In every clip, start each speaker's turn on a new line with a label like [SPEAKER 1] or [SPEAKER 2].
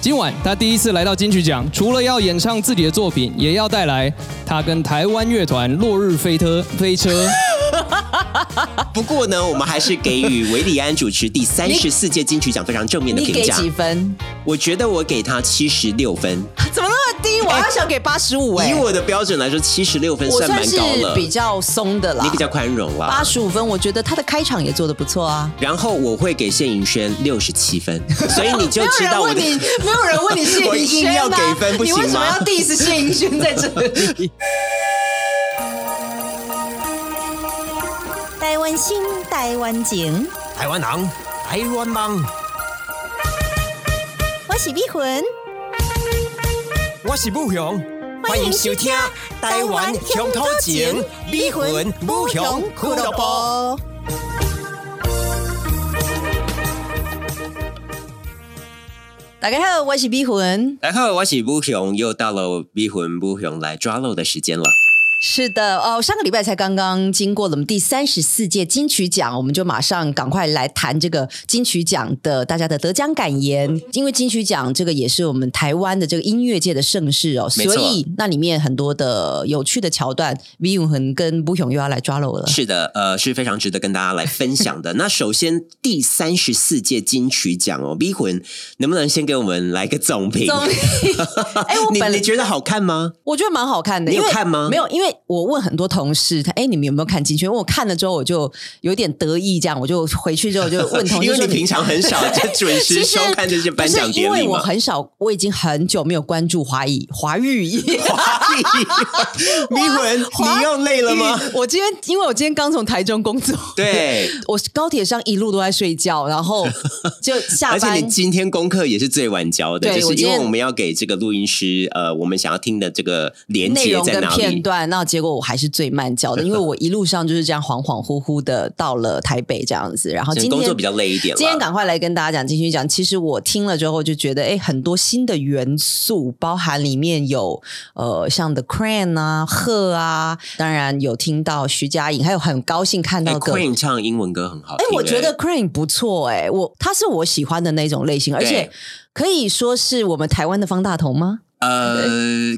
[SPEAKER 1] 今晚他第一次来到金曲奖，除了要演唱自己的作品，也要带来他跟台湾乐团落日飞车飞车。
[SPEAKER 2] 不过呢，我们还是给予维里安主持第三十四届金曲奖非常正面的
[SPEAKER 3] 你
[SPEAKER 2] 评
[SPEAKER 3] 给
[SPEAKER 2] 价。
[SPEAKER 3] 几分？
[SPEAKER 2] 我觉得我给他七十六分，
[SPEAKER 3] 怎么那么低？我要想给八十五哎
[SPEAKER 2] 以。我的标准来说，七十六分
[SPEAKER 3] 我
[SPEAKER 2] 算
[SPEAKER 3] 算
[SPEAKER 2] 蛮
[SPEAKER 3] 是
[SPEAKER 2] 高了。
[SPEAKER 3] 比较松的啦，
[SPEAKER 2] 你比较宽容
[SPEAKER 3] 八
[SPEAKER 2] 啦。
[SPEAKER 3] 十五分，我觉得他的开场也做的不错啊。
[SPEAKER 2] 然后我会给谢盈萱六十七 分，所以你就知道我的。
[SPEAKER 3] 没有人问你谢啊
[SPEAKER 2] 我硬要给分不行吗
[SPEAKER 3] 第一次谢盈萱在 这里？
[SPEAKER 4] 台湾心，台湾情，
[SPEAKER 5] 台湾人，台湾梦，
[SPEAKER 4] 我是美魂。
[SPEAKER 5] 我是武雄，
[SPEAKER 4] 欢迎收听台湾乡土情美魂武雄俱乐部。
[SPEAKER 3] 大家好，我是碧魂。
[SPEAKER 2] 然后我是不雄，又到了迷魂不雄来抓漏的时间了。
[SPEAKER 3] 是的，哦，上个礼拜才刚刚经过了我们第三十四届金曲奖，我们就马上赶快来谈这个金曲奖的大家的得奖感
[SPEAKER 2] 嗯
[SPEAKER 3] 言，因为金曲奖这个也是我们台湾的这个音乐界的盛事哦，
[SPEAKER 2] 没错
[SPEAKER 3] 所以那里面很多的有趣的桥段，V 永恒跟布勇又要来抓漏了。
[SPEAKER 2] 是的，呃，是非常值得跟大家来分享 的。那首先第三十四届金曲奖哦，迷魂能不能先给我们来个总评？
[SPEAKER 3] 综艺哎、我
[SPEAKER 2] 你
[SPEAKER 3] 本来
[SPEAKER 2] 你觉得好看吗？
[SPEAKER 3] 我觉得蛮好看的，
[SPEAKER 2] 你有
[SPEAKER 3] 因为
[SPEAKER 2] 看吗
[SPEAKER 3] 没有，因为我问很多同事，他哎，你们有没有看进去？因为我看了之后，我就有点得意，这样我就回去之后就问同事
[SPEAKER 2] 因
[SPEAKER 3] 说，
[SPEAKER 2] 为你平常很少就 准时收看这些颁奖
[SPEAKER 3] 其实
[SPEAKER 2] 典
[SPEAKER 3] 不是
[SPEAKER 2] 礼
[SPEAKER 3] 因为我
[SPEAKER 2] 嘛。
[SPEAKER 3] 很少，我已经很久没有关注华语华 语音。
[SPEAKER 2] 迷魂，
[SPEAKER 3] 华
[SPEAKER 2] 你又累了吗？？
[SPEAKER 3] 我今天因为我今天刚从台中工作，
[SPEAKER 2] 对，
[SPEAKER 3] 我高铁上一路都在睡觉，然后就下
[SPEAKER 2] 而且
[SPEAKER 3] 班
[SPEAKER 2] 你。今天功课也是最晚交的，
[SPEAKER 3] 对
[SPEAKER 2] 就是
[SPEAKER 3] 我
[SPEAKER 2] 因
[SPEAKER 3] 今
[SPEAKER 2] 为
[SPEAKER 3] 天
[SPEAKER 2] 我们要给这个录音师，呃，我们想要听的这个连
[SPEAKER 3] 内
[SPEAKER 2] 接
[SPEAKER 3] 容
[SPEAKER 2] 在
[SPEAKER 3] 跟
[SPEAKER 2] 哪
[SPEAKER 3] 片
[SPEAKER 2] 里？
[SPEAKER 3] 段，那结果我还是最慢交的，因为我一路上就是这样恍恍惚惚的到了台北这样子，然后
[SPEAKER 2] 所以
[SPEAKER 3] 今
[SPEAKER 2] 工
[SPEAKER 3] 天
[SPEAKER 2] 作比较累一点了。
[SPEAKER 3] 今天赶快来跟大家讲继续讲。其实我听了之后就觉得，哎，很多新的元素，包含里面有呃像 The Crane 啊、鹤啊，当然有听到徐佳莹，还有很高兴看
[SPEAKER 2] 哎
[SPEAKER 3] 到个。
[SPEAKER 2] Queen 唱英文歌很好
[SPEAKER 3] 哎
[SPEAKER 2] 听。，
[SPEAKER 3] 我觉得 Crane 不错哎、我他是我喜欢的那种类型，而且可以说是我们台湾的方大同吗？
[SPEAKER 2] 呃，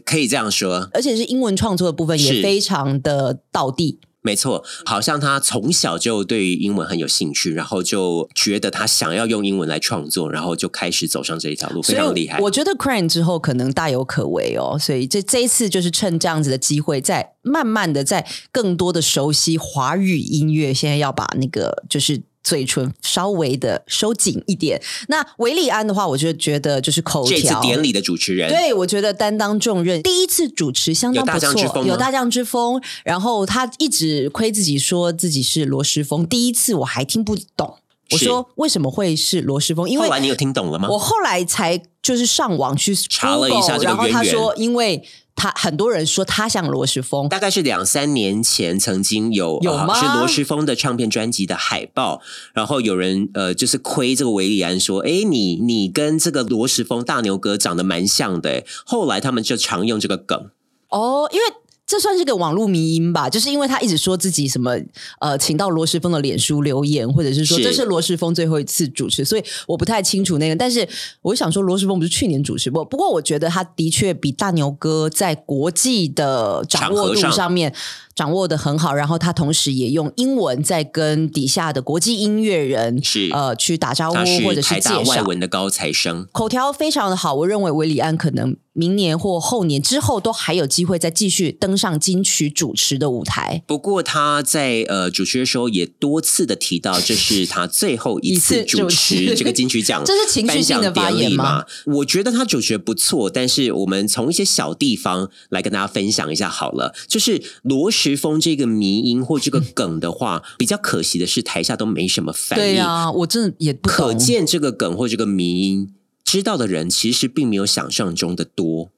[SPEAKER 2] 可以这样说，
[SPEAKER 3] 而且是英文创作的部分也
[SPEAKER 2] 是
[SPEAKER 3] 非常的到地，
[SPEAKER 2] 没错，好像他从小就对于英文很有兴趣，然后就觉得他想要用英文来创作，然后就开始走上这一条路，非常厉害
[SPEAKER 3] 所以。我觉得 Crane 之后可能大有可为哦，所以这这一次就是趁这样子的机会，再慢慢的在更多的熟悉华语音乐，现在要把那个就是。嘴唇稍微的收紧一点。那维利安的话，我就觉得就是口
[SPEAKER 2] 这次
[SPEAKER 3] 条，
[SPEAKER 2] 典礼的主持人，
[SPEAKER 3] 对我觉得担当重任，第一次主持相当
[SPEAKER 2] 有大
[SPEAKER 3] 不
[SPEAKER 2] 将之风
[SPEAKER 3] 错，
[SPEAKER 2] 吗
[SPEAKER 3] 有大将之风。然后他一直亏自己说自己是罗时峰，第一次我还听不懂，我
[SPEAKER 2] 是
[SPEAKER 3] 说为什么会是罗时峰？因为
[SPEAKER 2] 后来你有听懂了吗？
[SPEAKER 3] 我后来才就是上网去 Google,
[SPEAKER 2] 查了一下这个
[SPEAKER 3] 然后他
[SPEAKER 2] 渊源
[SPEAKER 3] 说，因为他很多人说他像罗时峰，
[SPEAKER 2] 大概是两三年前，曾经有
[SPEAKER 3] 有
[SPEAKER 2] 呃
[SPEAKER 3] 吗
[SPEAKER 2] 是罗时峰的唱片专辑的海报，然后有人呃，就是亏这个维里安说：“哎，你你跟这个罗时峰大牛哥长得蛮像的。”后来他们就常用这个梗，
[SPEAKER 3] 哦，因为。这算是个网络迷因吧，就是因为他一直说自己什么呃，请到罗时峰的脸书留言，或者是说
[SPEAKER 2] 是
[SPEAKER 3] 这是罗时峰最后一次主持，所以我不太清楚那个。但是我想说，罗时峰不是去年主持过，不过我觉得他的确比大牛哥在国际的掌握
[SPEAKER 2] 场
[SPEAKER 3] 度
[SPEAKER 2] 合上
[SPEAKER 3] 上面掌握的很好，然后他同时也用英文在跟底下的国际音乐人
[SPEAKER 2] 是
[SPEAKER 3] 呃去打招呼
[SPEAKER 2] 他
[SPEAKER 3] 或
[SPEAKER 2] 是
[SPEAKER 3] 者
[SPEAKER 2] 台
[SPEAKER 3] 是
[SPEAKER 2] 大
[SPEAKER 3] 介
[SPEAKER 2] 外
[SPEAKER 3] 绍。
[SPEAKER 2] 文的高材生。
[SPEAKER 3] 口条非常的好，我认为维里安可能明年或后年之后都还有机会再继续登上金曲主持的舞台。
[SPEAKER 2] 不过他在呃主持的时候也多次的提到，这是他最后一
[SPEAKER 3] 一
[SPEAKER 2] 次
[SPEAKER 3] 次主
[SPEAKER 2] 主持
[SPEAKER 3] 持
[SPEAKER 2] 这个金曲奖
[SPEAKER 3] 这是情绪性的发
[SPEAKER 2] 颁奖典
[SPEAKER 3] 言
[SPEAKER 2] 礼
[SPEAKER 3] 吗
[SPEAKER 2] 嘛？我觉得他主持得不错，但是我们从一些小地方来跟大家分享一下好了。就是罗时丰这个迷音或 这个梗的话，比较可惜的是台下都没什么反应。
[SPEAKER 3] 对啊呀、我真的也不懂
[SPEAKER 2] 可见这个梗或这个迷音，知道的人其实并没有想象中的多。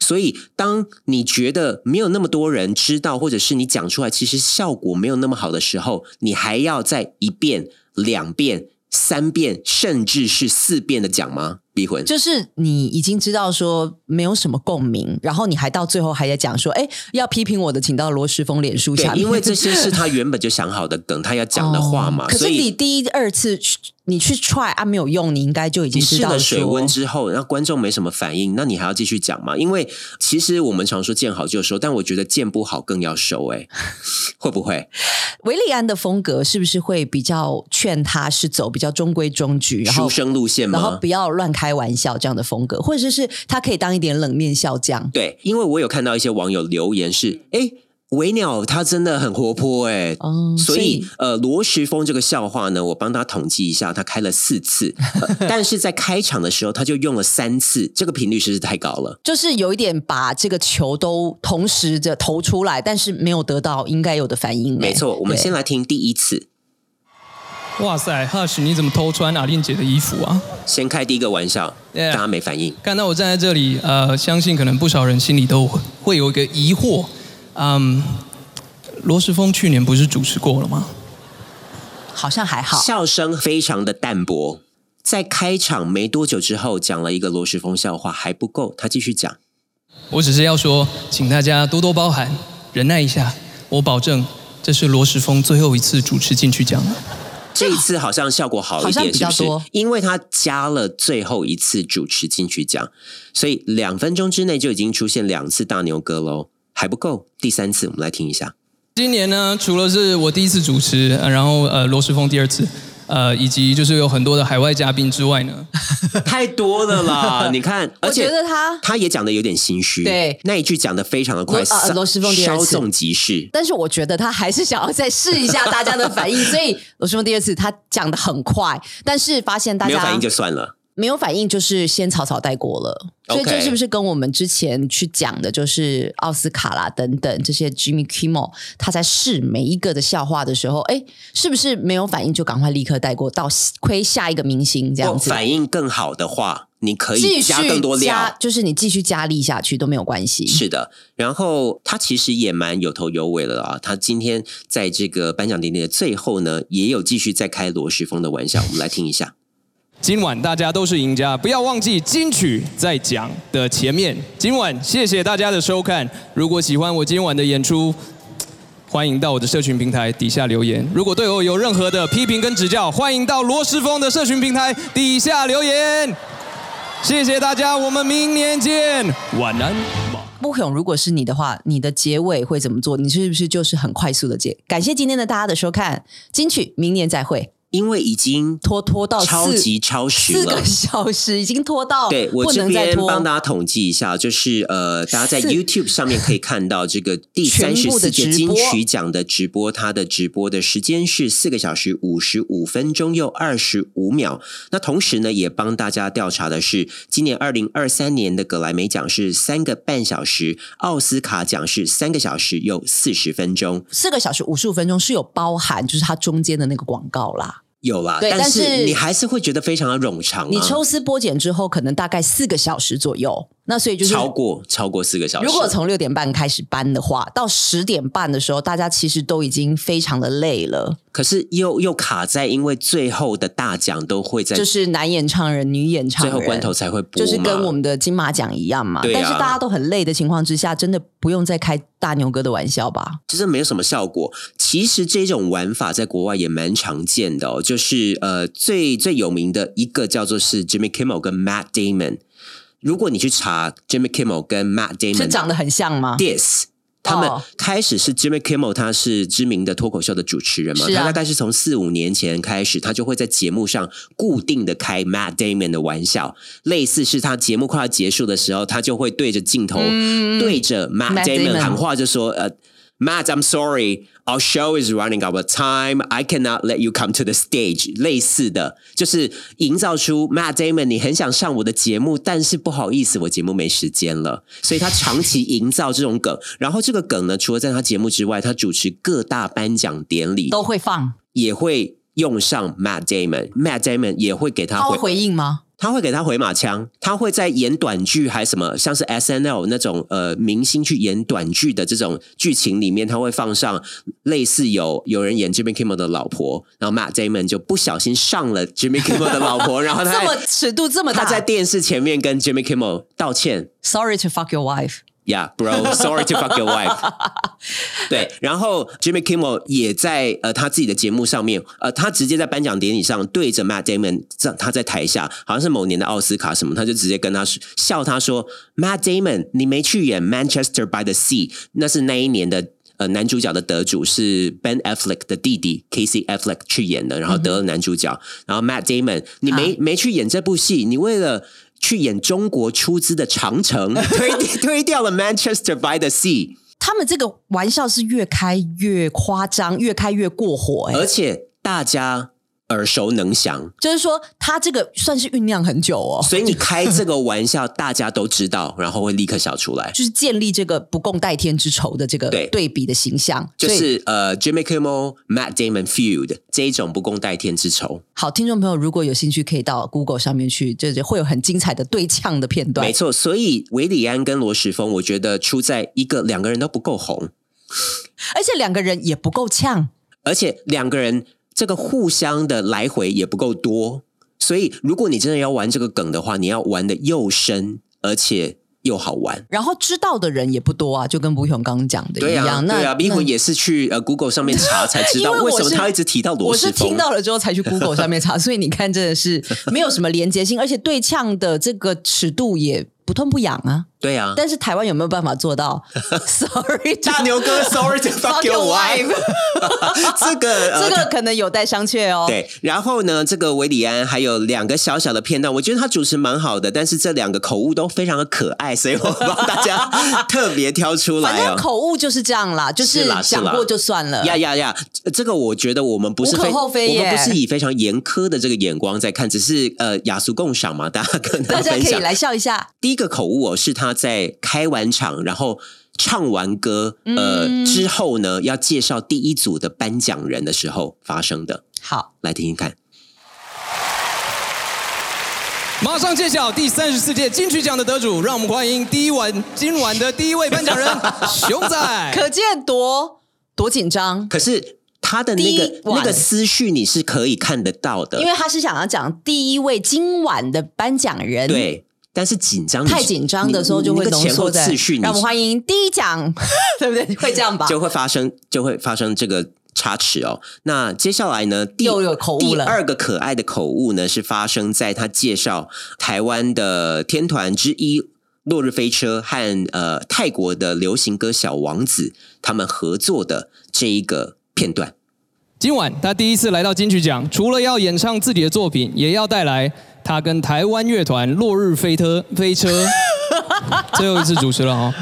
[SPEAKER 2] 所以，当你觉得没有那么多人知道，或者是你讲出来其实效果没有那么好的时候，你还要再一遍、两遍、三遍，甚至是四遍的讲吗？逼魂，
[SPEAKER 3] 就是你已经知道说没有什么共鸣，然后你还到最后还在讲说，哎，要批评我的，请到罗时峰脸书
[SPEAKER 2] 对
[SPEAKER 3] 下，面，
[SPEAKER 2] 因为这些是他原本就想好的梗，他要讲的话嘛，
[SPEAKER 3] 哦可
[SPEAKER 2] 所
[SPEAKER 3] 是
[SPEAKER 2] 以
[SPEAKER 3] 你第一二次你去 try 啊没有用，你应该就已经
[SPEAKER 2] 你
[SPEAKER 3] 知
[SPEAKER 2] 试
[SPEAKER 3] 道
[SPEAKER 2] 了水温
[SPEAKER 3] 说
[SPEAKER 2] 之后，然后观众没什么反应，那你还要继续讲吗？因为其实我们常说见好就收，但我觉得见不好更要收、欸， 会不会？
[SPEAKER 3] 维利安的风格是不是会比较劝他是走比较中规中矩，然
[SPEAKER 2] 书
[SPEAKER 3] 后
[SPEAKER 2] 生路线
[SPEAKER 3] 然后
[SPEAKER 2] 吗
[SPEAKER 3] 不？要乱开玩笑这样的风格，或者是他可以当一点冷面笑匠。
[SPEAKER 2] 对，因为我有看到一些网友留言是，哎，维鸟他真的很活泼、欸，
[SPEAKER 3] 哦，
[SPEAKER 2] 所以，呃，罗时峰这个笑话呢，我帮他统计一下，他开了四次，呃但是在开场的时候他就用了三次，这个频率实在是太高了。
[SPEAKER 3] 就是有一点把这个球都同时的投出来，但是没有得到应该有的反应。哎
[SPEAKER 2] 没错，我们
[SPEAKER 3] 对
[SPEAKER 2] 先来听第一次，
[SPEAKER 1] 哇塞，Hush，你怎么偷穿阿令姐的衣服啊？
[SPEAKER 2] 先开第一个玩笑，
[SPEAKER 1] Yeah
[SPEAKER 2] 大家没反应。
[SPEAKER 1] 看到我站在这里，呃，相信可能不少人心里都会有一个疑惑，嗯，罗时峰去年不是主持过了吗？
[SPEAKER 3] 好像还好。
[SPEAKER 2] 笑声非常的淡薄。在开场没多久之后，讲了一个罗时峰笑话还不够，他继续讲。
[SPEAKER 1] 我只是要说，请大家多多包涵，忍耐一下，我保证这是罗时峰最后一次主持进去讲了。
[SPEAKER 2] 这一次好像效果好一
[SPEAKER 3] 好像
[SPEAKER 2] 点，
[SPEAKER 3] 比
[SPEAKER 2] 是
[SPEAKER 3] 较
[SPEAKER 2] 不是
[SPEAKER 3] 多？
[SPEAKER 2] 因为他加了最后一次主持进去讲，所以两分钟之内就已经出现两次大牛哥喽，还不够。第三次我们来听一下，
[SPEAKER 1] 今年呢，除了是我第一次主持，呃然后呃罗时峰第二次，呃，以及就是有很多的海外嘉宾之外呢，
[SPEAKER 2] 太多了啦！ 你看，而
[SPEAKER 3] 我
[SPEAKER 2] 且
[SPEAKER 3] 觉得他
[SPEAKER 2] 他也讲的有点心虚，
[SPEAKER 3] 对
[SPEAKER 2] 那一句讲的非常的快，
[SPEAKER 3] 罗呃罗时峰第二
[SPEAKER 2] 稍
[SPEAKER 3] 次
[SPEAKER 2] 纵即逝。
[SPEAKER 3] 但是我觉得他还是想要再试一下大家的反应，所以 罗师傅第二次他讲的很快，但是发现大
[SPEAKER 2] 没有
[SPEAKER 3] 家
[SPEAKER 2] 反应就算了，
[SPEAKER 3] 没有反应就是先草草带过了。所以
[SPEAKER 2] OK
[SPEAKER 3] 这是不是跟我们之前去讲的，就是奥斯卡啦等等这些 Jimmy Kimmel 他在试每一个的笑话的时候，哎，是不是没有反应就赶快立刻带过，到亏下一个明星这样
[SPEAKER 2] 或
[SPEAKER 3] 子？
[SPEAKER 2] 哦反应更好的话，你可
[SPEAKER 3] 继
[SPEAKER 2] 以
[SPEAKER 3] 续
[SPEAKER 2] 加更多料
[SPEAKER 3] 加，就是你继续加力下去都没有关系。
[SPEAKER 2] 是的，然后他其实也蛮有头有尾了啊。他今天在这个颁奖典礼的最后呢，也有继续在开罗时峰的玩笑，我们来听一下。
[SPEAKER 1] 今晚大家都是赢家，不要忘记金曲在讲的前面。今晚谢谢大家的收看，如果喜欢我今晚的演出，欢迎到我的社群平台底下留言。如果对我有任何的批评跟指教，欢迎到罗时峰的社群平台底下留言。谢谢大家，我们明年见，晚安。
[SPEAKER 3] 木勇，如果是你的话，你的结尾会怎么做？你是不是就是很快速的结？感谢今天的大家的收看，金曲明年再会，
[SPEAKER 2] 因为已经
[SPEAKER 3] 拖拖到四
[SPEAKER 2] 超级超时
[SPEAKER 3] 四
[SPEAKER 2] 了
[SPEAKER 3] 个。小时，已经拖到
[SPEAKER 2] 对我
[SPEAKER 3] 哦不
[SPEAKER 2] 这
[SPEAKER 3] 能再
[SPEAKER 2] 边
[SPEAKER 3] 拖。
[SPEAKER 2] 帮大家统计一下，就是呃，大家在
[SPEAKER 3] 四
[SPEAKER 2] YouTube 上面可以看到这 个第
[SPEAKER 3] 全
[SPEAKER 2] 三十
[SPEAKER 3] 部的
[SPEAKER 2] 四届
[SPEAKER 3] 直
[SPEAKER 2] 金
[SPEAKER 3] 播
[SPEAKER 2] 曲奖的直播，它的直播的时间是四个小时五十五分钟又二十五秒。那同时呢，也帮大家调查的是，今年二零二三年的格莱美奖是三个半小时，奥斯卡奖是三个小时又四十分钟。
[SPEAKER 3] 四个小时五十五分钟是有包含，就是它中间的那个广告啦。
[SPEAKER 2] 有啦，
[SPEAKER 3] 对但
[SPEAKER 2] 是
[SPEAKER 3] 是
[SPEAKER 2] 你还是会觉得非常的冗长、啊，
[SPEAKER 3] 你抽丝剥茧之后，可能大概四个小时左右。那所以就是
[SPEAKER 2] 超过超过四个小时，
[SPEAKER 3] 如果从六点半开始搬的话，到十点半的时候，大家其实都已经非常的累了，
[SPEAKER 2] 可是又又卡在，因为最后的大奖都会在
[SPEAKER 3] 就是男演唱人、女演唱
[SPEAKER 2] 最
[SPEAKER 3] 人，
[SPEAKER 2] 后关头才会播
[SPEAKER 3] 就
[SPEAKER 2] 嘛，
[SPEAKER 3] 是跟我们的金马奖一样嘛。
[SPEAKER 2] 对啊
[SPEAKER 3] 但是大家都很累的情况之下，真的不用再开大牛哥的玩笑吧？
[SPEAKER 2] 就是没有什么效果。其实这种玩法在国外也蛮常见的哦，就是呃最最有名的一个叫做是 Jimmy Kimmel 跟 Matt Damon。如果你去查 Jimmy Kimmel 跟 Matt
[SPEAKER 3] 是
[SPEAKER 2] Damon
[SPEAKER 3] 长得很像吗？
[SPEAKER 2] Dis。他们
[SPEAKER 3] 哦
[SPEAKER 2] 开始是 Jimmy Kimmel，他是知名的脱口秀的主持人嘛，
[SPEAKER 3] 是啊
[SPEAKER 2] 他大概是从四五年前开始，他就会在节目上固定的开 Matt Damon 的玩笑，类似是他节目快要结束的时候，他就会对着镜头、对着 Matt
[SPEAKER 3] 嗯 Matt
[SPEAKER 2] Damon
[SPEAKER 3] Damon
[SPEAKER 2] 喊话，就说呃。Matt, I'm sorry. Our show is running out of time. I cannot let you come to the stage. 类似的，就是营造出 Matt Damon，你很想上我的节目，但是不好意思，我节目没时间了。所以他长期营造这种梗。然后这个梗呢，除了在他节目之外，他主持各大颁奖典礼
[SPEAKER 3] 都会放，
[SPEAKER 2] 也会用上 Matt Damon。Matt Damon 也会给他
[SPEAKER 3] 他会
[SPEAKER 2] 回
[SPEAKER 3] 哦回应吗？
[SPEAKER 2] 他会给他回马枪，他会在演短剧还是什么，像是 S N L 那种呃明星去演短剧的这种剧情里面，他会放上类似有有人演 Jimmy Kimmel 的老婆，然后 Matt Damon 就不小心上了 Jimmy Kimmel 的老 婆，然后
[SPEAKER 3] 这
[SPEAKER 2] 啊他
[SPEAKER 3] 么尺度这么
[SPEAKER 2] 他
[SPEAKER 3] 大
[SPEAKER 2] 在电视前面跟 Jimmy Kimmel 道歉，
[SPEAKER 3] ，Sorry to fuck your wife，
[SPEAKER 2] Yeah, bro. Sorry to fuck your wife. 对，然后 Jimmy Kimmel 也在呃他自己的节目上面，呃，他直接在颁奖典礼上对着 Matt Damon，这他在台下好像是某年的奥斯卡什么，他就直接跟他说笑他说，Matt Damon，你没去演 Manchester by the Sea，那是那一年的。呃，男主角的得主是 Ben Affleck 的弟弟 Casey Affleck 去演的，然后得了男主角。然后 Matt Damon，你没、没去演这部戏，你为了去演中国出资的《长城》推，推掉了 Manchester by the Sea。
[SPEAKER 3] 他们这个玩笑是越开越夸张，越开越过火、哎，
[SPEAKER 2] 而且大家耳熟能详，
[SPEAKER 3] 就是说他这个算是酝酿很久哦，
[SPEAKER 2] 所以你开这个玩笑，大家都知道，然后会立刻笑 出来。
[SPEAKER 3] 就是建立这个不共戴天之仇的这个
[SPEAKER 2] 对
[SPEAKER 3] 对比的形象。
[SPEAKER 2] 就
[SPEAKER 3] 所以
[SPEAKER 2] 是呃，Jimmy Kimmel、Matt Damon feud 这一种不共戴天之仇，
[SPEAKER 3] 好，听众朋友如果有兴趣，可以到 Google 上面去，就是会有很精彩的对呛的片段
[SPEAKER 2] 没。错。所以韦礼安跟罗时丰，我觉得出在一个两个人都不够红，
[SPEAKER 3] 而且两个人也不够呛，
[SPEAKER 2] 而且两个人这个互相的来回也不够多，所以如果你真的要玩这个梗的话，你要玩的又深，而且又好玩。
[SPEAKER 3] 然后知道的人也不多啊，就跟吴雄刚刚讲的一
[SPEAKER 2] 对
[SPEAKER 3] 样。
[SPEAKER 2] 啊，
[SPEAKER 3] 那
[SPEAKER 2] 对啊，冰
[SPEAKER 3] 那
[SPEAKER 2] 魂也是去呃 Google 上面查才 知道
[SPEAKER 3] 因为
[SPEAKER 2] 为
[SPEAKER 3] 我
[SPEAKER 2] 什么
[SPEAKER 3] 是
[SPEAKER 2] 他一直提到罗
[SPEAKER 3] 我是
[SPEAKER 2] 时丰。
[SPEAKER 3] 听到了之后才去 Google 上 面查，所以你看真的是没有什么连接性，而且对呛的这个尺度也不痛不痒 啊。
[SPEAKER 2] 对啊，
[SPEAKER 3] 但是台湾有没有办法 做到？Sorry，
[SPEAKER 2] 大牛 哥，sorry to fuck your wife，这 个呃
[SPEAKER 3] 这个可能有待商榷哦。，
[SPEAKER 2] 对，然后呢，这个维里安还有两个小小的片段，我觉得他主持蛮好的，但是这两个口误都非常的可爱，所以我帮大家特别挑出
[SPEAKER 3] 反
[SPEAKER 2] 来
[SPEAKER 3] 正
[SPEAKER 2] 哦。
[SPEAKER 3] 口误就是这样啦，就是
[SPEAKER 2] 啦是
[SPEAKER 3] 讲
[SPEAKER 2] 啦
[SPEAKER 3] 过就算了。
[SPEAKER 2] 呀呀呀！这个我觉得我们不是
[SPEAKER 3] 无可
[SPEAKER 2] 非
[SPEAKER 3] 厚非
[SPEAKER 2] 我们
[SPEAKER 3] 耶
[SPEAKER 2] 不是以非常严苛的这个眼光在看，只是呃雅俗共赏嘛，大家跟
[SPEAKER 3] 大
[SPEAKER 2] 他
[SPEAKER 3] 家
[SPEAKER 2] 分
[SPEAKER 3] 可以
[SPEAKER 2] 享。
[SPEAKER 3] 来笑一下，
[SPEAKER 2] 第一个口误哦，是他在开完场，然后唱完歌，
[SPEAKER 3] 嗯
[SPEAKER 2] 呃、之后呢，要介绍第一组的颁奖人的时候发生的。
[SPEAKER 3] 好。
[SPEAKER 2] 来听听看，
[SPEAKER 1] 马上揭晓第三十四届金曲奖的得主，让我们欢迎第一晚今晚的第一位颁奖人熊
[SPEAKER 2] 哎
[SPEAKER 1] 仔。
[SPEAKER 3] 可见多多紧张，
[SPEAKER 2] 可是他的那
[SPEAKER 3] 第一
[SPEAKER 2] 个
[SPEAKER 3] 晚
[SPEAKER 2] 那个思绪你是可以看得到的，
[SPEAKER 3] 因为他是想要讲第一位今晚的颁奖人。。
[SPEAKER 2] 对。但是紧张，
[SPEAKER 3] 太紧张的时候就会
[SPEAKER 2] 你你
[SPEAKER 3] 浓
[SPEAKER 2] 那个前
[SPEAKER 3] 缩
[SPEAKER 2] 后
[SPEAKER 3] 在
[SPEAKER 2] 次序，，
[SPEAKER 3] 让我们
[SPEAKER 2] 迎
[SPEAKER 3] 欢迎第一 奖，对不对？会这样吧？
[SPEAKER 2] 就会发生就会发生这个差池哦。那接下来呢，第
[SPEAKER 3] 又有口误
[SPEAKER 2] 第
[SPEAKER 3] 了
[SPEAKER 2] 二个可爱的口误呢，是发生在他介绍台湾的天团之一。落日飞车和呃泰国的流行歌小王子他们合作的这一个片段，
[SPEAKER 1] 今晚他第一次来到金曲奖，除了要演唱自己的作品，也要带来他跟台湾乐团落日飞车飞车。最后一次主持了哦，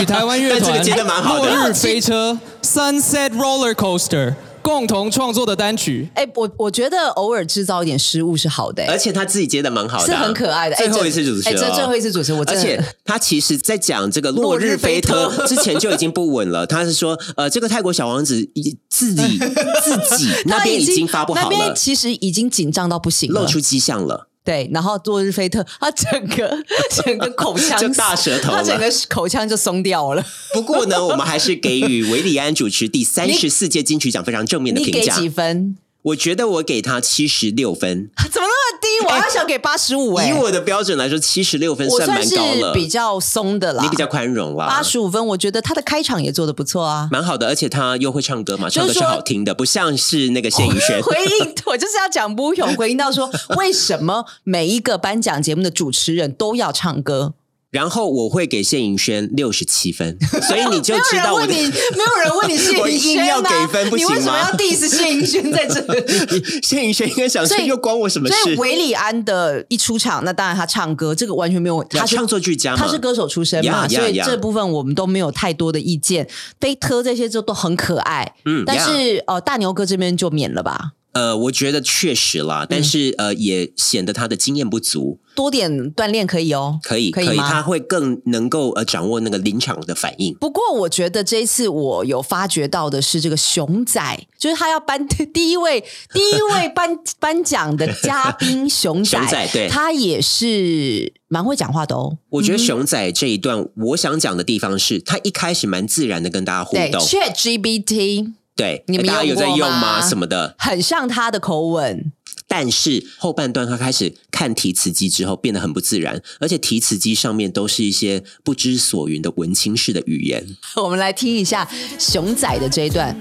[SPEAKER 1] 与台湾乐
[SPEAKER 2] 但这
[SPEAKER 1] 团
[SPEAKER 2] 个接得蛮好
[SPEAKER 1] 落
[SPEAKER 2] 的
[SPEAKER 1] 日飞车 Sunset Roller Coaster 共同创作的单曲。
[SPEAKER 3] 哎、我我觉得偶尔制造一点失误是好的、
[SPEAKER 2] 而
[SPEAKER 3] 哎
[SPEAKER 2] 且他自己接的蛮好的
[SPEAKER 3] 是
[SPEAKER 2] 啊、
[SPEAKER 3] 很可爱的。哎
[SPEAKER 2] 最后
[SPEAKER 3] 这
[SPEAKER 2] 一次主持
[SPEAKER 3] 哎、
[SPEAKER 2] 了哦、
[SPEAKER 3] 这最后一次主持，我真
[SPEAKER 2] 而
[SPEAKER 3] 的
[SPEAKER 2] 且他其实，在讲这个落日飞
[SPEAKER 3] 落
[SPEAKER 2] 车
[SPEAKER 3] 日飞车
[SPEAKER 2] 之前就已经不稳了。他是说，呃，这个泰国小王子已自己自 己那边已经发不
[SPEAKER 3] 那
[SPEAKER 2] 好
[SPEAKER 3] 边
[SPEAKER 2] 了，
[SPEAKER 3] 其实已经紧张到不行
[SPEAKER 2] 露
[SPEAKER 3] 了。
[SPEAKER 2] 出迹象了。
[SPEAKER 3] 对，然后落日菲特，他整个 整个口 腔
[SPEAKER 2] 就大舌头了
[SPEAKER 3] 他整个口腔就松掉了。
[SPEAKER 2] 不过呢，我们还是给予维里安主持第三 十四届金曲奖非常正面的
[SPEAKER 3] 你
[SPEAKER 2] 评
[SPEAKER 3] 给
[SPEAKER 2] 价
[SPEAKER 3] 几。分？
[SPEAKER 2] 我觉得我给他七十六分，
[SPEAKER 3] 怎么那么低？我要想给八十五哎，
[SPEAKER 2] 以我的标准来说，七十六分
[SPEAKER 3] 我算
[SPEAKER 2] 蛮
[SPEAKER 3] 是
[SPEAKER 2] 高了。
[SPEAKER 3] 比较松的啦，
[SPEAKER 2] 你比较宽容啦，
[SPEAKER 3] 八十五分，我觉得他的开场也做的不错啊。
[SPEAKER 2] 蛮好的，而且他又会唱歌嘛，
[SPEAKER 3] 就
[SPEAKER 2] 唱
[SPEAKER 3] 是
[SPEAKER 2] 的是
[SPEAKER 3] 说
[SPEAKER 2] 好听的，不像是那个谢宇轩。
[SPEAKER 3] 回应我就是要讲不勇，回应到说为什么每一个颁奖节目的主持人都要唱歌？
[SPEAKER 2] 然后我会给谢颖轩六十七 分，所以你就
[SPEAKER 3] 没有
[SPEAKER 2] 知
[SPEAKER 3] 人
[SPEAKER 2] 道我
[SPEAKER 3] 问
[SPEAKER 2] 的
[SPEAKER 3] 你，没。有人问你谢
[SPEAKER 2] 我
[SPEAKER 3] 盈
[SPEAKER 2] 硬
[SPEAKER 3] 萱
[SPEAKER 2] 要
[SPEAKER 3] 呐
[SPEAKER 2] 给分不
[SPEAKER 3] 你为
[SPEAKER 2] 行
[SPEAKER 3] 什么
[SPEAKER 2] 吗
[SPEAKER 3] 要 diss 谢盈萱在这 里？
[SPEAKER 2] 谢颖轩应该想说
[SPEAKER 3] 所以
[SPEAKER 2] 又关我什么
[SPEAKER 3] 所以
[SPEAKER 2] 事？
[SPEAKER 3] 韦礼安的一出场，那当然他唱歌，这个完全没有问题，
[SPEAKER 2] 他
[SPEAKER 3] 他是
[SPEAKER 2] 创作俱佳嘛，
[SPEAKER 3] 他是歌手出身嘛
[SPEAKER 2] 呀呀
[SPEAKER 3] 所以
[SPEAKER 2] 呀
[SPEAKER 3] 这部分我们都没有太多的意见。飞特这些就都很可爱，
[SPEAKER 2] 嗯
[SPEAKER 3] 但
[SPEAKER 2] 呀
[SPEAKER 3] 是呃，大牛哥这边就免了吧，
[SPEAKER 2] 呃，我觉得确实
[SPEAKER 3] 嗯
[SPEAKER 2] 啦，但是、呃，也显得他的经验不足，
[SPEAKER 3] 多点锻炼可以哦，
[SPEAKER 2] 可以
[SPEAKER 3] 可以吗？
[SPEAKER 2] 他会更能够呃掌握那个临场的反应。
[SPEAKER 3] 不过，我觉得这一次我有发觉到的是，这个熊仔，就是他要颁 第一位第一位颁 颁奖的嘉宾熊仔，
[SPEAKER 2] 熊仔对
[SPEAKER 3] 他也是蛮会讲话的哦。
[SPEAKER 2] 我觉得熊仔这一段，我想讲的地方是他一开始蛮自然的跟大家互
[SPEAKER 3] 对
[SPEAKER 2] 动，
[SPEAKER 3] ，Chat GPT
[SPEAKER 2] 对，
[SPEAKER 3] 你们
[SPEAKER 2] 大家有在
[SPEAKER 3] 用过
[SPEAKER 2] 用吗？
[SPEAKER 3] 吗
[SPEAKER 2] 什么的，
[SPEAKER 3] 很像他的口吻，
[SPEAKER 2] 但是后半段他开始看提词机之后变得很不自然，而且提词机上面都是一些不知所云的文青式的语言。
[SPEAKER 3] 我们来听一下熊仔的这一段。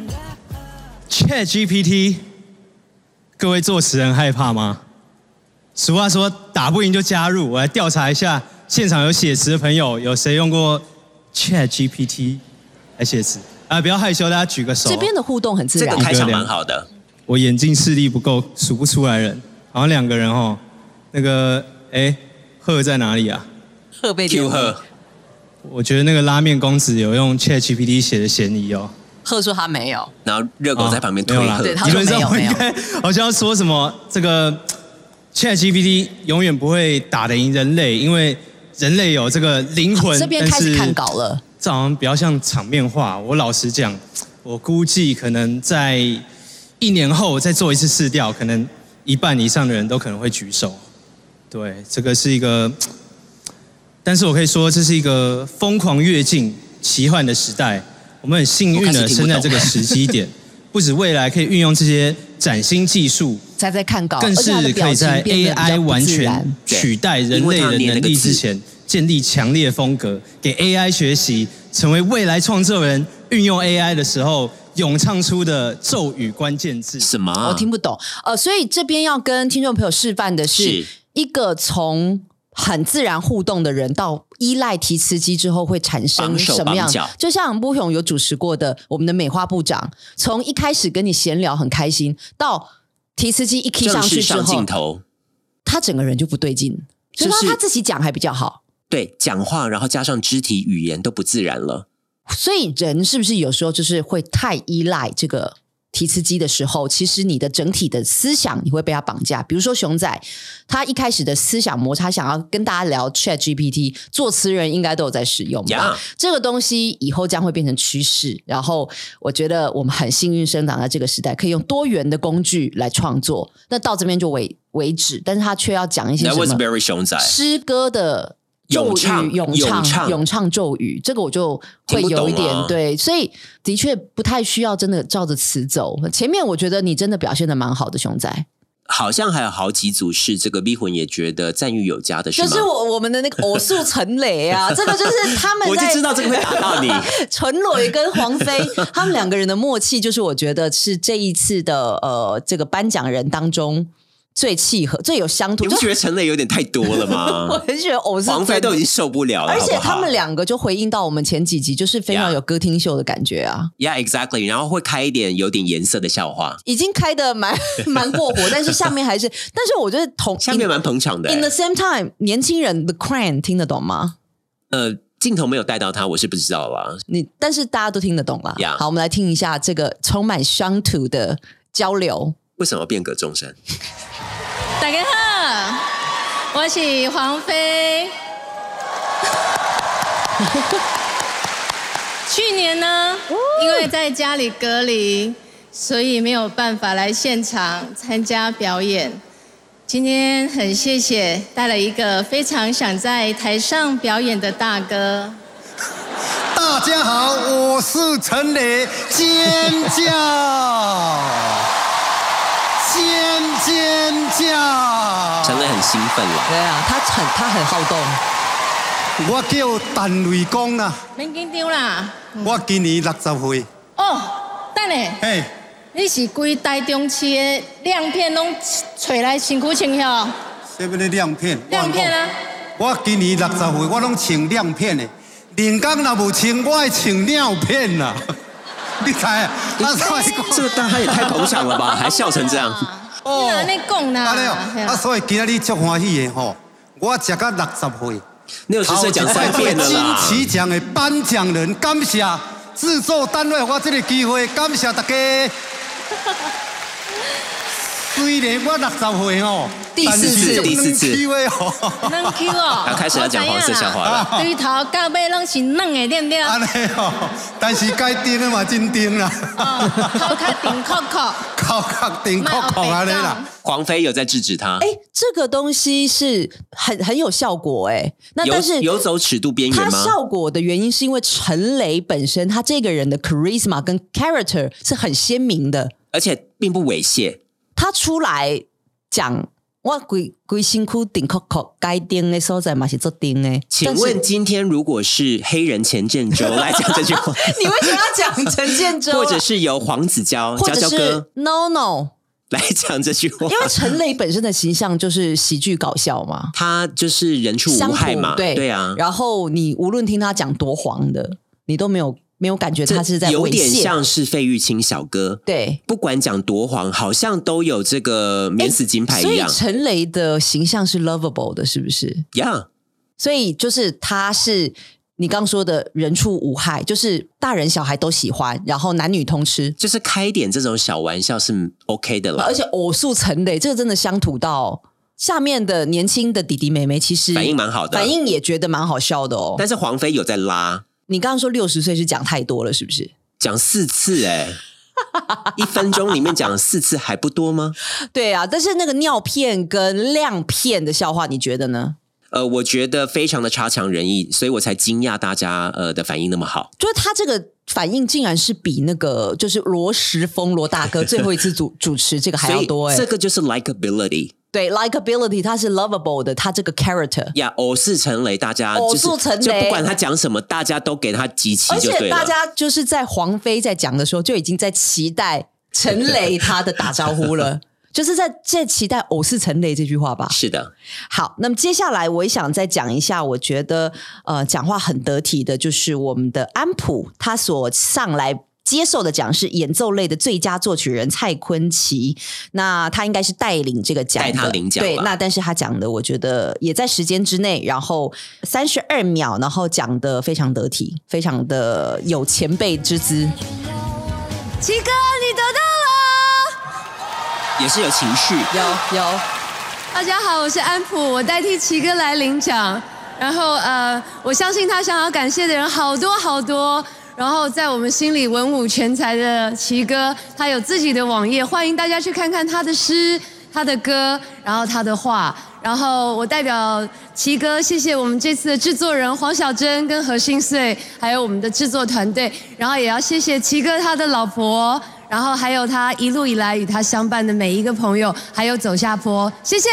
[SPEAKER 6] Chat GPT，各位作词人害怕吗？俗话说打不赢就加入，我来调查一下现场有写词的朋友，有谁用过 Chat GPT 来写词？啊，不要害羞，大家举个手。
[SPEAKER 3] 这边的互动很自
[SPEAKER 2] 这个
[SPEAKER 3] 然，
[SPEAKER 2] 开场蛮好的，
[SPEAKER 6] 我眼睛视力不够，数不出来人，好像两个人哦。那个，哎，赫在哪里啊？
[SPEAKER 3] 特被
[SPEAKER 2] Q 赫
[SPEAKER 6] 我觉得那个拉面公子有用 Chat GPT 写的嫌疑哦。
[SPEAKER 3] 贺说他没有，
[SPEAKER 2] 然后热狗在旁边推
[SPEAKER 6] 没有啦
[SPEAKER 2] 赫
[SPEAKER 3] 啊对，他
[SPEAKER 6] 理
[SPEAKER 3] 说
[SPEAKER 6] 论
[SPEAKER 3] 没有
[SPEAKER 6] 上我
[SPEAKER 3] 没有
[SPEAKER 6] 应该好像要说什么这个 Chat GPT 永远不会打得赢人类，因为人类有这个灵魂。
[SPEAKER 3] 这边
[SPEAKER 6] 但
[SPEAKER 3] 开始
[SPEAKER 6] 是
[SPEAKER 3] 看稿了。
[SPEAKER 6] 这好像比较像场面话。我老实讲，我估计可能在一年后再做一次试调，可能一半以上的人都可能会举手。对，这个是一个，但是我可以说这是一个疯狂跃进、奇幻的时代。我们很幸运
[SPEAKER 2] 我开始
[SPEAKER 6] 的
[SPEAKER 2] 听
[SPEAKER 6] 生
[SPEAKER 2] 不懂
[SPEAKER 6] 在这个时机点，不止未来可以运用这些崭新技术，
[SPEAKER 3] 在在看稿，
[SPEAKER 6] 更
[SPEAKER 3] 而且他
[SPEAKER 6] 是
[SPEAKER 3] 的
[SPEAKER 6] 可
[SPEAKER 3] 表
[SPEAKER 6] 以
[SPEAKER 3] 情
[SPEAKER 6] 在
[SPEAKER 3] 变得比较
[SPEAKER 6] AI
[SPEAKER 3] 不
[SPEAKER 6] 完
[SPEAKER 3] 自然
[SPEAKER 6] 全取代人类的能力之前，建立强烈风格，给 AI 学习，成为未来创作人运用 AI 的时候咏唱出的咒语关键字。
[SPEAKER 2] 什么啊？
[SPEAKER 3] 我听不懂。呃，所以这边要跟听众朋友示范的是
[SPEAKER 2] 是
[SPEAKER 3] 一个从。很自然互动的人，到依赖提词机之后会产生
[SPEAKER 2] 绑手
[SPEAKER 3] 什么样
[SPEAKER 2] 绑脚？
[SPEAKER 3] 就像波勇有主持过的，我们的美化部长，从一开始跟你闲聊很开心，到提词机一 key 上
[SPEAKER 2] 正式
[SPEAKER 3] 去之
[SPEAKER 2] 上
[SPEAKER 3] 后
[SPEAKER 2] 镜，头，
[SPEAKER 3] 他整个人就不对劲，所以
[SPEAKER 2] 就
[SPEAKER 3] 他
[SPEAKER 2] 是
[SPEAKER 3] 他自己讲还比较好。
[SPEAKER 2] 对，讲话然后加上肢体语言都不自然了。
[SPEAKER 3] 所以人是不是有时候就是会太依赖这个提词机的时候，其实你的整体的思想你会被它绑架。比如说熊仔，他一开始的思想摩擦，想要跟大家聊 Chat GPT，作词人应该都有在使用吧
[SPEAKER 2] Yeah
[SPEAKER 3] 这个东西以后将会变成趋势。然后我觉得我们很幸运生长在这个时代，可以用多元的工具来创作。那到这边就为为止，但是他却要讲一些
[SPEAKER 2] That
[SPEAKER 3] 什
[SPEAKER 2] was
[SPEAKER 3] 么
[SPEAKER 2] very 熊仔，
[SPEAKER 3] 诗歌的咒语
[SPEAKER 2] 咏唱
[SPEAKER 3] 咏
[SPEAKER 2] 咏
[SPEAKER 3] 唱、
[SPEAKER 2] 唱
[SPEAKER 3] 咏唱咒语，这个我就会
[SPEAKER 2] 听不懂
[SPEAKER 3] 有一点、
[SPEAKER 2] 啊
[SPEAKER 3] 对，所以的确不太需要真的照着词走。前面我觉得你真的表现的蛮好的，熊仔，
[SPEAKER 2] 好像还有好几组是这个 V 魂也觉得赞誉有加的，是
[SPEAKER 3] 就
[SPEAKER 2] 吗？
[SPEAKER 3] 是我我们的 那个偶数陈磊啊，这个就是他们
[SPEAKER 2] 我就
[SPEAKER 3] 在
[SPEAKER 2] 知道这个会打 到你。
[SPEAKER 3] 陈磊跟黄飞 他们两个人的默契，就是我觉得是这一次的呃这个颁奖人当中最契合、最有相
[SPEAKER 2] 你
[SPEAKER 3] 同。
[SPEAKER 2] 不
[SPEAKER 3] 就
[SPEAKER 2] 觉得陈磊有点太多了
[SPEAKER 3] 我
[SPEAKER 2] 吗？
[SPEAKER 3] 很喜欢偶数
[SPEAKER 2] 王菲
[SPEAKER 3] 陈
[SPEAKER 2] 都已经受不了了，
[SPEAKER 3] 而且他们
[SPEAKER 2] 俩
[SPEAKER 3] 两个就回应到我们前几集，就是非常
[SPEAKER 2] Yeah
[SPEAKER 3] 有歌厅秀的感觉啊，
[SPEAKER 2] ，Yeah exactly，然后会开一点有点颜色的笑话，
[SPEAKER 3] 已经开 的蛮 蛮过火，但是下面还是，但是我觉得同
[SPEAKER 2] 下面蛮捧场的、
[SPEAKER 3] in, in the
[SPEAKER 2] 欸。
[SPEAKER 3] same time，年轻人 The Crane 听得懂吗？
[SPEAKER 2] 呃，镜头没有带到他，我是不知道啦。
[SPEAKER 3] 你但是大家都听得懂啦。
[SPEAKER 2] Yeah
[SPEAKER 3] 好，我们来听一下这个充满乡土的交流。
[SPEAKER 2] 为什么变革中山？
[SPEAKER 7] 大家好，我是黄飞。 去年呢，因为在家里隔离，所以没有办法来现场参加表演。今天很谢谢带了一个非常想在台上表演的大哥，
[SPEAKER 8] 大家好，我是陈雷，尖叫，尖尖叫！
[SPEAKER 2] 陈磊很兴奋啦，
[SPEAKER 3] 对啊，他很他很好动，
[SPEAKER 8] 我叫陈雷公啦，
[SPEAKER 7] 免紧张啦。
[SPEAKER 8] 啊我今年六十岁。
[SPEAKER 7] 哦，等下。
[SPEAKER 8] 嘿，
[SPEAKER 7] 你是规台中市的亮片拢找来身躯穿晓，
[SPEAKER 8] 什么的亮片？
[SPEAKER 7] 亮片啊，
[SPEAKER 8] 我今年六十岁，我拢穿亮片的。人工若无穿，我会穿尿片啦。 你知啊？啊，所以讲
[SPEAKER 2] 这个大家也太捧场了 吧，还笑成这样。
[SPEAKER 3] 啊
[SPEAKER 7] 你安尼讲啦
[SPEAKER 8] 安尼，
[SPEAKER 7] 嘿
[SPEAKER 8] 哦，啊，
[SPEAKER 7] 啦
[SPEAKER 8] 所以今仔日足欢喜的吼，我食到六十岁，
[SPEAKER 2] 六十岁讲三遍了啦
[SPEAKER 8] 金。曲奖的颁奖人，感谢制作单位我这个机会，感谢大家。虽然我六十岁吼，
[SPEAKER 3] 第四次
[SPEAKER 8] 但是
[SPEAKER 2] 第四次
[SPEAKER 8] 两位吼，
[SPEAKER 7] 软 Q 哦，
[SPEAKER 2] 他开始要讲黄色笑话了
[SPEAKER 7] 我知影啦，对头到尾拢是软的，哦对不对？
[SPEAKER 8] 安尼吼，但是该顶的嘛真顶啦，
[SPEAKER 7] 哦，头壳顶扣扣，
[SPEAKER 8] 口角顶口口安尼啦。
[SPEAKER 2] 黄飞有在制止他
[SPEAKER 3] 哎，，这个东西是很很有效果哎。那
[SPEAKER 2] 游
[SPEAKER 3] 但是
[SPEAKER 2] 游走尺度边
[SPEAKER 3] 它
[SPEAKER 2] 缘吗？
[SPEAKER 3] 效果的原因是因为陈雷本身他这个人的 charisma 跟 character 是很鲜明的，
[SPEAKER 2] 而且并不猥亵，
[SPEAKER 3] 他出来讲我规规身躯顶扣扣该钉的所在嘛是做钉的。
[SPEAKER 2] 请
[SPEAKER 3] 但是
[SPEAKER 2] 问今天如果是黑人钱郑州来讲这句话，
[SPEAKER 3] 你为什么要讲陈建州啊？
[SPEAKER 2] 或者是由黄子佼
[SPEAKER 3] 或
[SPEAKER 2] 佼
[SPEAKER 3] 者
[SPEAKER 2] 佼
[SPEAKER 3] 是
[SPEAKER 2] 哥
[SPEAKER 3] No No，
[SPEAKER 2] 来讲这句话
[SPEAKER 3] 因，为陈磊本身的形象就是喜剧搞 笑嘛，
[SPEAKER 2] 他就是人畜
[SPEAKER 3] 乡
[SPEAKER 2] 无
[SPEAKER 3] 土
[SPEAKER 2] 害嘛，
[SPEAKER 3] 对
[SPEAKER 2] 啊，
[SPEAKER 3] 然后你无论听他讲多黄的，你都没有没有感觉他是在
[SPEAKER 2] 有
[SPEAKER 3] 猥
[SPEAKER 2] 点
[SPEAKER 3] 亵
[SPEAKER 2] 像是费玉清小哥，
[SPEAKER 3] 对。
[SPEAKER 2] 不管讲多黄，好像都有这个免死金牌
[SPEAKER 3] 所
[SPEAKER 2] 一
[SPEAKER 3] 以
[SPEAKER 2] 样，
[SPEAKER 3] 陈雷的形象是 lovable 的，是不是？
[SPEAKER 2] 呀，
[SPEAKER 3] 所以就是他是你刚说的人畜无害，就是大人小孩都喜欢，然后男女通吃，
[SPEAKER 2] 就是开一点这种小玩笑是 OK 的啦
[SPEAKER 3] 而，且偶数成累，这个真的乡土到下面的年轻的弟弟妹妹，其实
[SPEAKER 2] 反应蛮好的。
[SPEAKER 3] 反，应也觉得蛮好笑的哦。
[SPEAKER 2] 但是黄飞有在拉，
[SPEAKER 3] 你刚刚说六十岁是讲太多了，是不是？
[SPEAKER 2] 讲四次 哎、一分钟里面讲四次还不多吗？
[SPEAKER 3] 对啊，但是那个尿片跟亮片的笑话，你觉得呢？
[SPEAKER 2] 呃，我觉得非常的差强人意，所以我才惊讶大家呃的反应那么好。
[SPEAKER 3] 就是他这个反应竟然是比那个就是罗时丰罗大哥最后一 次主主持这个还要多哎、
[SPEAKER 2] 所以这个就是 likability
[SPEAKER 3] 对，likability 他是 lovable 的，他这个 character，
[SPEAKER 2] 呀，偶是成雷，大家
[SPEAKER 3] 偶
[SPEAKER 2] 就
[SPEAKER 3] 数
[SPEAKER 2] 是
[SPEAKER 3] 成雷
[SPEAKER 2] 就不管他讲什么，大家都给他集齐
[SPEAKER 3] 而
[SPEAKER 2] 就
[SPEAKER 3] 且
[SPEAKER 2] 对了。
[SPEAKER 3] 大家就是在黄飞在讲的时候就已经在期待陈雷他的打招 呼了。就是在在期待“偶是陈雷”这句话吧。
[SPEAKER 2] 是的，
[SPEAKER 3] 好，那么接下来我也想再讲一下，我觉得呃，讲话很得体的，就是我们的安普，他所上来。接受的奖是演奏类的最佳作曲人蔡坤奇，那他应该是带领这个奖的，
[SPEAKER 2] 带他领奖吧
[SPEAKER 3] 对，那但是他讲的，我觉得也在时间之内，然后三十二秒，然后讲的非常得体，非常的有前辈之姿。
[SPEAKER 9] 奇哥，你得到了！
[SPEAKER 2] 也是有情绪。
[SPEAKER 3] 有有，
[SPEAKER 9] 大家好，我是安普，我代替奇哥来领奖。然后呃，我相信他想要感谢的人好多好多。然后在我们心里文武全才的奇哥，他有自己的网页，欢迎大家去看看他的诗、他的歌，然后他的画。然后我代表奇哥，谢谢我们这次的制作人黄小珍跟何心碎，还有我们的制作团队。然后也要谢谢奇哥他的老婆，然后还有他一路以来与他相伴的每一个朋友，还有走下坡，谢谢。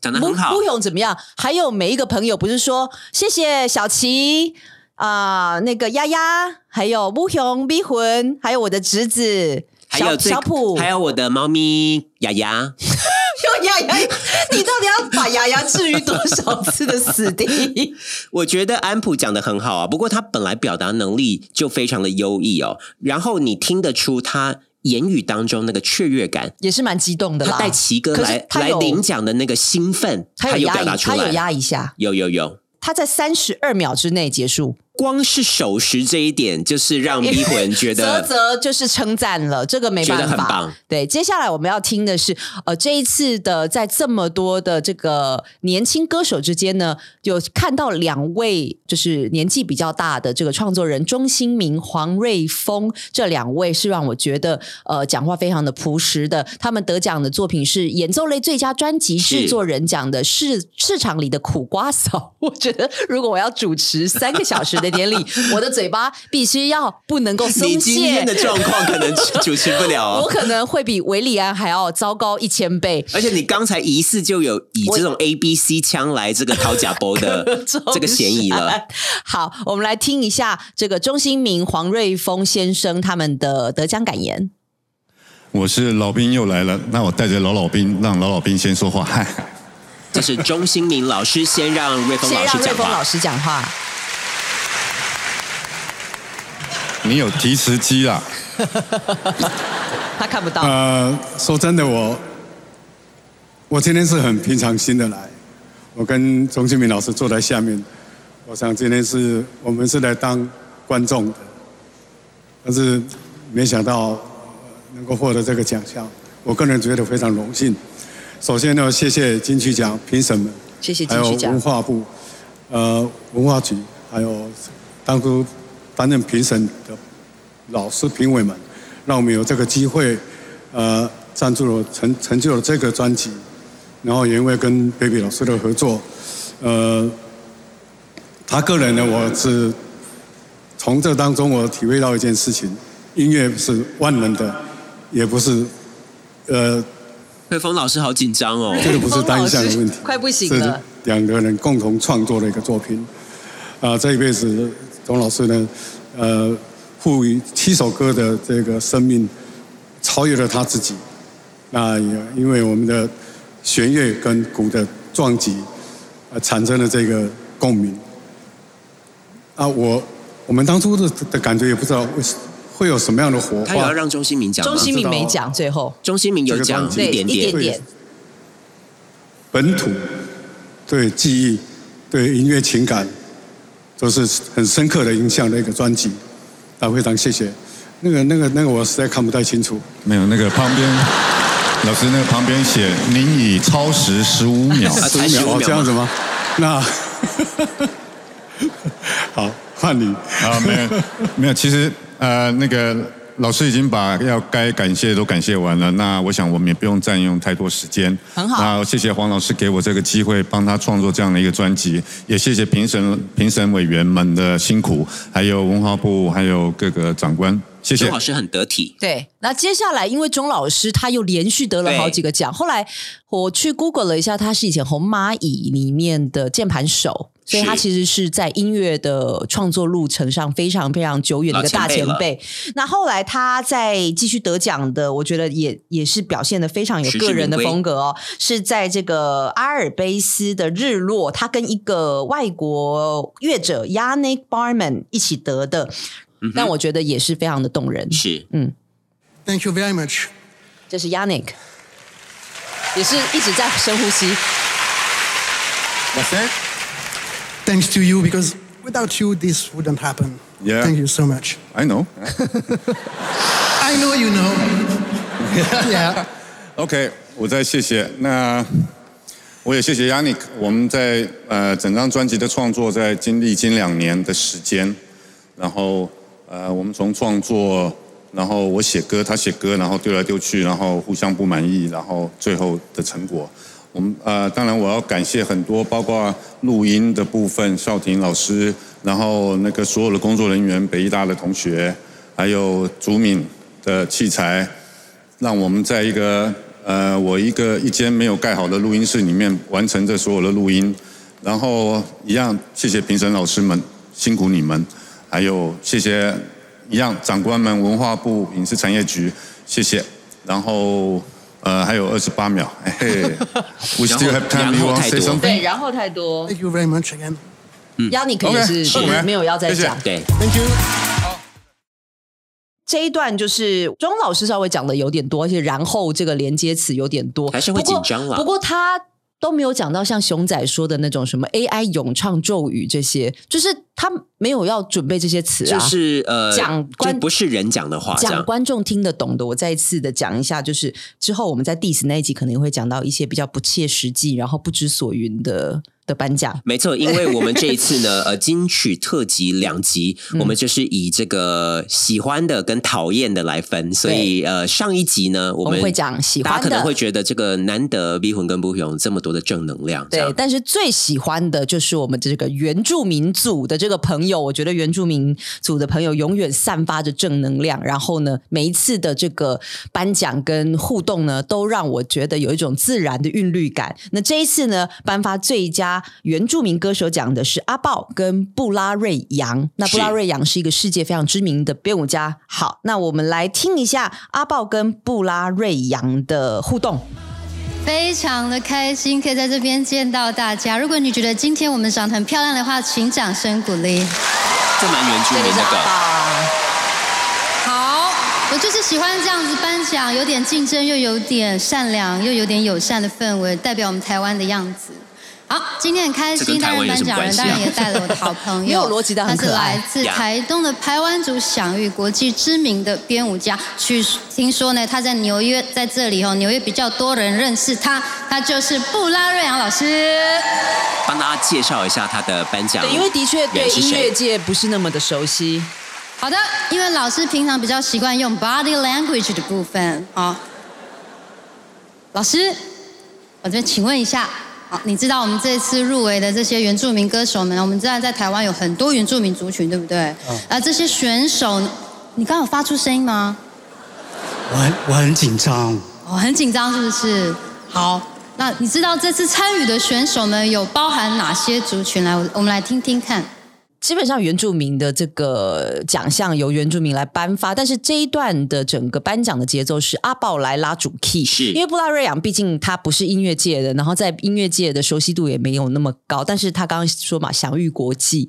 [SPEAKER 2] 讲的很好
[SPEAKER 3] 不，勇怎么样？还有每一个朋友不是说谢谢小琪啊、那个丫丫，还有不勇、逼魂，还有我的侄子
[SPEAKER 2] 还
[SPEAKER 3] 小
[SPEAKER 2] 有最
[SPEAKER 3] 小普，
[SPEAKER 2] 还有我的猫咪雅雅，
[SPEAKER 3] 有 丫丫，你到底要把丫丫置于多少次的死地？
[SPEAKER 2] 我觉得安普讲的很好啊，不过他本来表达能力就非常的优异哦，然后你听得出他言语当中那个雀跃感，
[SPEAKER 3] 也是蛮激动的啦。
[SPEAKER 2] 他带奇哥
[SPEAKER 3] 可是
[SPEAKER 2] 来
[SPEAKER 3] 他
[SPEAKER 2] 来
[SPEAKER 3] 有
[SPEAKER 2] 领奖的那个兴奋，
[SPEAKER 3] 他有
[SPEAKER 2] 有
[SPEAKER 3] 压
[SPEAKER 2] 表
[SPEAKER 3] 一，
[SPEAKER 2] 达出
[SPEAKER 3] 他有
[SPEAKER 2] 来，
[SPEAKER 3] 压一下，
[SPEAKER 2] 有有有，
[SPEAKER 3] 他在三十二秒之内结束。
[SPEAKER 2] 光是守时这一点，就是让迷魂 觉
[SPEAKER 3] 泽
[SPEAKER 2] 得
[SPEAKER 3] 泽就是称赞了，这个没办
[SPEAKER 2] 觉得很
[SPEAKER 3] 法
[SPEAKER 2] 棒。
[SPEAKER 3] 对，接下来我们要听的是，呃，这一次的在这么多的这个年轻歌手之间呢，有看到两位就是年纪比较大的这个创作人钟兴民、黄瑞峰这两位是让我觉得，呃，讲话非常的朴实的。他们得奖的作品是演奏类最佳专辑制
[SPEAKER 2] 是
[SPEAKER 3] 作人奖的市市场里的苦瓜嫂。我觉得如果我要主持三个小时 的典礼，我的嘴巴必须要不能够
[SPEAKER 2] 你
[SPEAKER 3] 松
[SPEAKER 2] 今天的
[SPEAKER 3] 懈。
[SPEAKER 2] 状况可能主持不了
[SPEAKER 3] 我
[SPEAKER 2] 哦。
[SPEAKER 3] 可能会比维里安还要糟糕一千倍。
[SPEAKER 2] 而且你刚才疑似就有以这种 A B C 枪来这个讨假包的这个嫌疑了，。
[SPEAKER 3] 好，我们来听一下这个钟兴民、黄瑞峰先生他们的得奖感言。
[SPEAKER 10] 我是老兵又来了，那我带着老老兵，让老老兵先说话。 嗨，
[SPEAKER 2] 就是钟兴民老师先让瑞峰
[SPEAKER 3] 先
[SPEAKER 2] 老
[SPEAKER 3] 让
[SPEAKER 2] 师
[SPEAKER 3] 瑞
[SPEAKER 2] 讲
[SPEAKER 3] 峰老
[SPEAKER 2] 话，
[SPEAKER 3] 师讲话。
[SPEAKER 10] 你有提词机啦？
[SPEAKER 3] 他看不到。
[SPEAKER 2] 嗯
[SPEAKER 5] 呃，说真的，我我今天是很平常心的来，我跟钟兴民老师坐在下面，我想今天是我们是来当观众的，但是没想到能够获得这个奖项，我个人觉得非常荣幸。首先呢，谢谢金曲奖评审们，
[SPEAKER 3] 谢谢
[SPEAKER 5] 还
[SPEAKER 3] 金
[SPEAKER 5] 有
[SPEAKER 3] 曲奖，
[SPEAKER 5] 文化部、呃文化局，还有当初担任评审的老师、评委们，让我们有这个机会，呃，赞助了成成就了这个专辑，然后也因为跟 Baby 老师的合作，呃，他个人呢，我是从这当中我体会到一件事情：音乐是万能的，也不是呃
[SPEAKER 2] 佩峰老师好紧张哦。
[SPEAKER 5] 这个不是单项的问题
[SPEAKER 3] 快不行
[SPEAKER 5] 这是
[SPEAKER 3] 了
[SPEAKER 5] 两个人共同创作的一个作品。啊、这一辈子，董老师呢，呃，赋予七首歌的这个生命，超越了他自己。那也因为我们的弦乐跟鼓的撞击，呃，产生了这个共鸣。啊，我我们当初的的感觉也不知道会会有什么样的火
[SPEAKER 2] 他有
[SPEAKER 5] 花
[SPEAKER 2] 要。让钟兴民讲吗？
[SPEAKER 3] 钟兴敏没讲，最后
[SPEAKER 2] 钟兴民有讲
[SPEAKER 5] 这
[SPEAKER 3] 对
[SPEAKER 2] 一点
[SPEAKER 3] 一
[SPEAKER 2] 点
[SPEAKER 3] 点，点，
[SPEAKER 5] 本土对记忆、对音乐情感，都是很深刻的影响的一个专辑。啊，非常谢谢。那个、那个、那个，我实在看不太清楚。
[SPEAKER 10] 没有那个旁边老师那个旁边写您已超时十五秒，
[SPEAKER 2] 啊才
[SPEAKER 5] 15
[SPEAKER 2] 15秒
[SPEAKER 5] 哦这样子吗？那 好，换你。
[SPEAKER 10] 啊，没有，没有。其实呃，那个老师已经把要该感谢都感谢完了，那我想我们也不用占用太多时间。
[SPEAKER 3] 很好
[SPEAKER 10] 那谢谢黄老师给我这个机会，帮他创作这样的一个专辑，也谢谢评审评审委员们的辛苦，还有文化部，还有各个长官，谢
[SPEAKER 2] 钟
[SPEAKER 10] 谢
[SPEAKER 2] 老。师很得体。
[SPEAKER 3] 对，那接下来因为钟老师他又连续得了好几个奖，后来我去 Google 了一下，他是以前红蚂蚁里面的键盘手。所以他
[SPEAKER 2] 是
[SPEAKER 3] 其实是在音乐的创作路程上非常非常久远的一个大前
[SPEAKER 2] 啊老前辈
[SPEAKER 3] 辈。那后来他在继续得奖的，我觉得也也是表现的非常有
[SPEAKER 2] 实至
[SPEAKER 3] 个人的
[SPEAKER 2] 名归
[SPEAKER 3] 风格哦，是在这个阿尔卑斯的日落，他跟一个外国乐者 Yannick Barman 一起得的，但我觉得也是非常的动人。
[SPEAKER 2] 嗯是，
[SPEAKER 11] Thank you very much.
[SPEAKER 3] 这是 Yannick，也是一直在深呼吸。
[SPEAKER 11] Thanks to you because without you this wouldn't happen.
[SPEAKER 10] Yeah.
[SPEAKER 11] Thank you so much.
[SPEAKER 10] I know.
[SPEAKER 11] I know you know. yeah.
[SPEAKER 10] OK，我再谢谢。那我也谢谢 Yannick，我们在呃整张专辑的创作，在经历近两年的时间，然后呃我们从创作，然后我写歌，他写歌，然后丢来丢去，然后互相不满意，然后最后的成果。我们呃，当然我要感谢很多，包括录音的部分，邵婷老师，然后那个所有的工作人员，北医大的同学，还有竹敏的器材，让我们在一个呃，我一个一间没有盖好的录音室里面完成这所有的录音，然后一样谢谢评审老师们，辛苦你们，还有谢谢一样长官们、文化部、影视产业局，谢谢，然后呃还有二十八秒，嘿嘿，We still have
[SPEAKER 2] 然后
[SPEAKER 10] time.
[SPEAKER 2] 然
[SPEAKER 10] You
[SPEAKER 2] 后
[SPEAKER 10] want
[SPEAKER 2] 太
[SPEAKER 10] to say
[SPEAKER 2] 多
[SPEAKER 10] something?
[SPEAKER 3] 对，然后太多
[SPEAKER 11] Thank you very much again.
[SPEAKER 3] Yannick
[SPEAKER 10] OK，
[SPEAKER 3] 也嗯是
[SPEAKER 10] 不
[SPEAKER 3] 是
[SPEAKER 10] 管
[SPEAKER 3] 没有要再
[SPEAKER 10] 谢谢
[SPEAKER 3] 讲。
[SPEAKER 2] 对，
[SPEAKER 3] 这一段就是钟老师稍微讲的有点多，而且然后这个连接词有点多，
[SPEAKER 2] 还是会
[SPEAKER 3] 不过
[SPEAKER 2] 紧张啦
[SPEAKER 3] 不过他都没有讲到像熊仔说的那种什么 AI 咏唱咒语这些，就是他没有要准备这些词啊。
[SPEAKER 2] 就是呃，
[SPEAKER 3] 讲
[SPEAKER 2] 就
[SPEAKER 3] 关
[SPEAKER 2] 不是人讲的话，这
[SPEAKER 3] 讲
[SPEAKER 2] 样
[SPEAKER 3] 观众听得懂的，我再一次的讲一下，就是之后我们在 diss 那一集可能会讲到一些比较不切实际，然后不知所云的的颁奖。
[SPEAKER 2] 没错，因为我们这一次呢，呃，金曲特辑两集，
[SPEAKER 3] 嗯
[SPEAKER 2] 我们就是以这个喜欢的跟讨厌的来分，所以呃，上一集呢，我
[SPEAKER 3] 我
[SPEAKER 2] 们
[SPEAKER 3] 们会讲喜欢
[SPEAKER 2] 大
[SPEAKER 3] 的
[SPEAKER 2] 家可能会觉得这个难得逼魂跟不勇这么多的正能量，这
[SPEAKER 3] 对
[SPEAKER 2] 样，
[SPEAKER 3] 但是最喜欢的就是我们这个原住民组的这个朋友，我觉得原住民组的朋友永远散发着正能量，然后呢，每一次的这个颁奖跟互动呢，都让我觉得有一种自然的韵律感。那这一次呢，颁发最佳原住民歌手奖的是阿豹跟布拉瑞扬。那布拉
[SPEAKER 2] 是
[SPEAKER 3] 瑞扬是一个世界非常知名的编舞家。好，那我们来听一下阿豹跟布拉瑞扬的互动。
[SPEAKER 12] 非常的开心，可以在这边见到大家。如果你觉得今天我们长得很漂亮的话，请掌声鼓励。
[SPEAKER 2] 这蛮原住
[SPEAKER 3] 这
[SPEAKER 2] 民
[SPEAKER 3] 里是
[SPEAKER 2] 的
[SPEAKER 3] 阿
[SPEAKER 2] 梗。
[SPEAKER 3] 豹。
[SPEAKER 12] 好，我就是喜欢这样子颁奖，有点竞争，又有点善良，又有点友善的氛围，代表我们台湾的样子。好，今天很开
[SPEAKER 2] 这
[SPEAKER 12] 心，
[SPEAKER 2] 跟台
[SPEAKER 12] 当
[SPEAKER 2] 湾
[SPEAKER 12] 然
[SPEAKER 2] 有什
[SPEAKER 12] 颁
[SPEAKER 2] 么
[SPEAKER 12] 奖人
[SPEAKER 2] 关系啊
[SPEAKER 12] 当然也带了我的好朋
[SPEAKER 3] 没
[SPEAKER 12] 友，
[SPEAKER 3] 有逻辑但很
[SPEAKER 12] 他是
[SPEAKER 3] 可爱
[SPEAKER 12] 来自
[SPEAKER 2] 呀
[SPEAKER 12] 台东的台湾族享誉国际知名的编舞家。据听说呢，他在纽约，在这里哦，纽约比较多人认识他，他就是布拉瑞扬老师。
[SPEAKER 2] 帮大家介绍一下他的颁奖人是
[SPEAKER 3] 对，
[SPEAKER 2] 谁，
[SPEAKER 3] 因为的确对音乐界不是那么的熟悉。
[SPEAKER 12] 好的，因为老师平常比较习惯用 body language 的部分啊。老师，我这边请问一下，好，你知道我们这次入围的这些原住民歌手们，我们知道在台湾有很多原住民族群，对不对？啊、这些选手，你刚刚有发出声音吗？
[SPEAKER 11] 我很我很紧张，
[SPEAKER 12] 哦，很紧张是不是？好，那你知道这次参与的选手们有包含哪些族群？来，我我们来听听看。
[SPEAKER 3] 基本上原住民的这个奖项由原住民来颁发，但是这一段的整个颁奖的节奏是阿宝来拉主 key，是因为布拉瑞扬毕竟他不是音乐界的，然后在音乐界的熟悉度也没有那么高，但是他刚刚说嘛，享誉国际。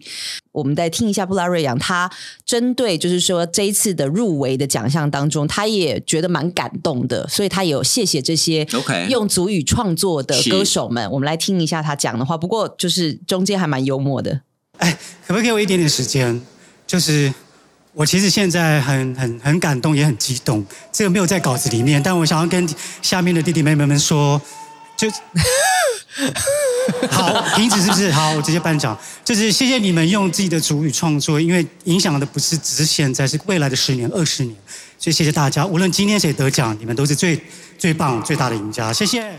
[SPEAKER 3] 我们再听一下布拉瑞扬，他针对就是说这一次的入围的奖项当中，他也觉得蛮感动的，所以他也有谢谢这些
[SPEAKER 2] OK
[SPEAKER 3] 用足语创作的歌手们。我们来听一下他讲的话，不过就是中间还蛮幽默的。
[SPEAKER 13] 哎可不可以给我一点点时间？就是我其实现在很很很感动，也很激动。这个没有在稿子里面，但我想要跟下面的弟弟妹妹们说，就好停止是不是？好，我直接颁奖。就是谢谢你们用自己的主语创作，因为影响的不是只是现在，是未来的十年、二十年。所以谢谢大家，无论今天谁得奖，你们都是最最棒、最大的赢家。谢谢。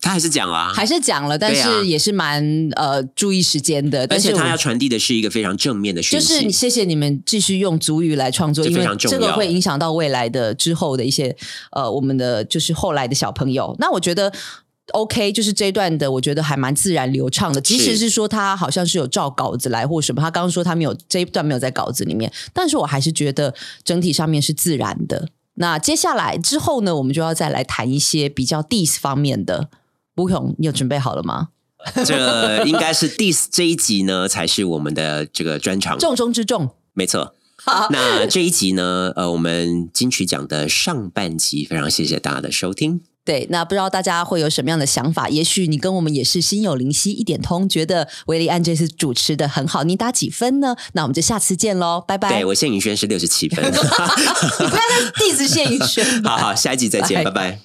[SPEAKER 2] 他还是讲啊，
[SPEAKER 3] 还是讲了，但
[SPEAKER 2] 对啊
[SPEAKER 3] 是也是蛮、呃注意时间的。
[SPEAKER 2] 而
[SPEAKER 3] 但
[SPEAKER 2] 且
[SPEAKER 3] 是
[SPEAKER 2] 他
[SPEAKER 3] 我
[SPEAKER 2] 要传递的是一个非常正面的
[SPEAKER 3] 就
[SPEAKER 2] 讯息，
[SPEAKER 3] 是谢谢你们继续用主语来创作，
[SPEAKER 2] 这
[SPEAKER 3] 因
[SPEAKER 2] 非
[SPEAKER 3] 为
[SPEAKER 2] 常重要
[SPEAKER 3] 这个会影响到未来的之后的一些呃我们的就是后来的小朋友。那我觉得。OK，就是这一段的，我觉得还蛮自然流畅的。即使是说他好像是有照稿子来或什么，他刚刚说他没有这一段没有在稿子里面，但是我还是觉得整体上面是自然的。那接下来之后呢，我们就要再来谈一些比较 diss 方面的。吴勇，你有准备好了吗？
[SPEAKER 2] 这应该是 dis 这一集呢，才是我们的这个专场。
[SPEAKER 3] 重中之重。
[SPEAKER 2] 没错。
[SPEAKER 3] 好
[SPEAKER 2] 那这一集呢， 呃，我们金曲奖的上半集，非常谢谢大家的收听。
[SPEAKER 3] 对，那不知道大家会有什么样的想法？也许你跟我们也是心有灵犀一点通，觉得维利安这次主持的很好，你打几分呢？那我们就下次见喽，拜拜。
[SPEAKER 2] 对我 谢颖轩是六十七分。
[SPEAKER 3] 你不要再 diss 谢宇 轩。
[SPEAKER 2] 好好，下一集再见，
[SPEAKER 3] 拜
[SPEAKER 2] 拜拜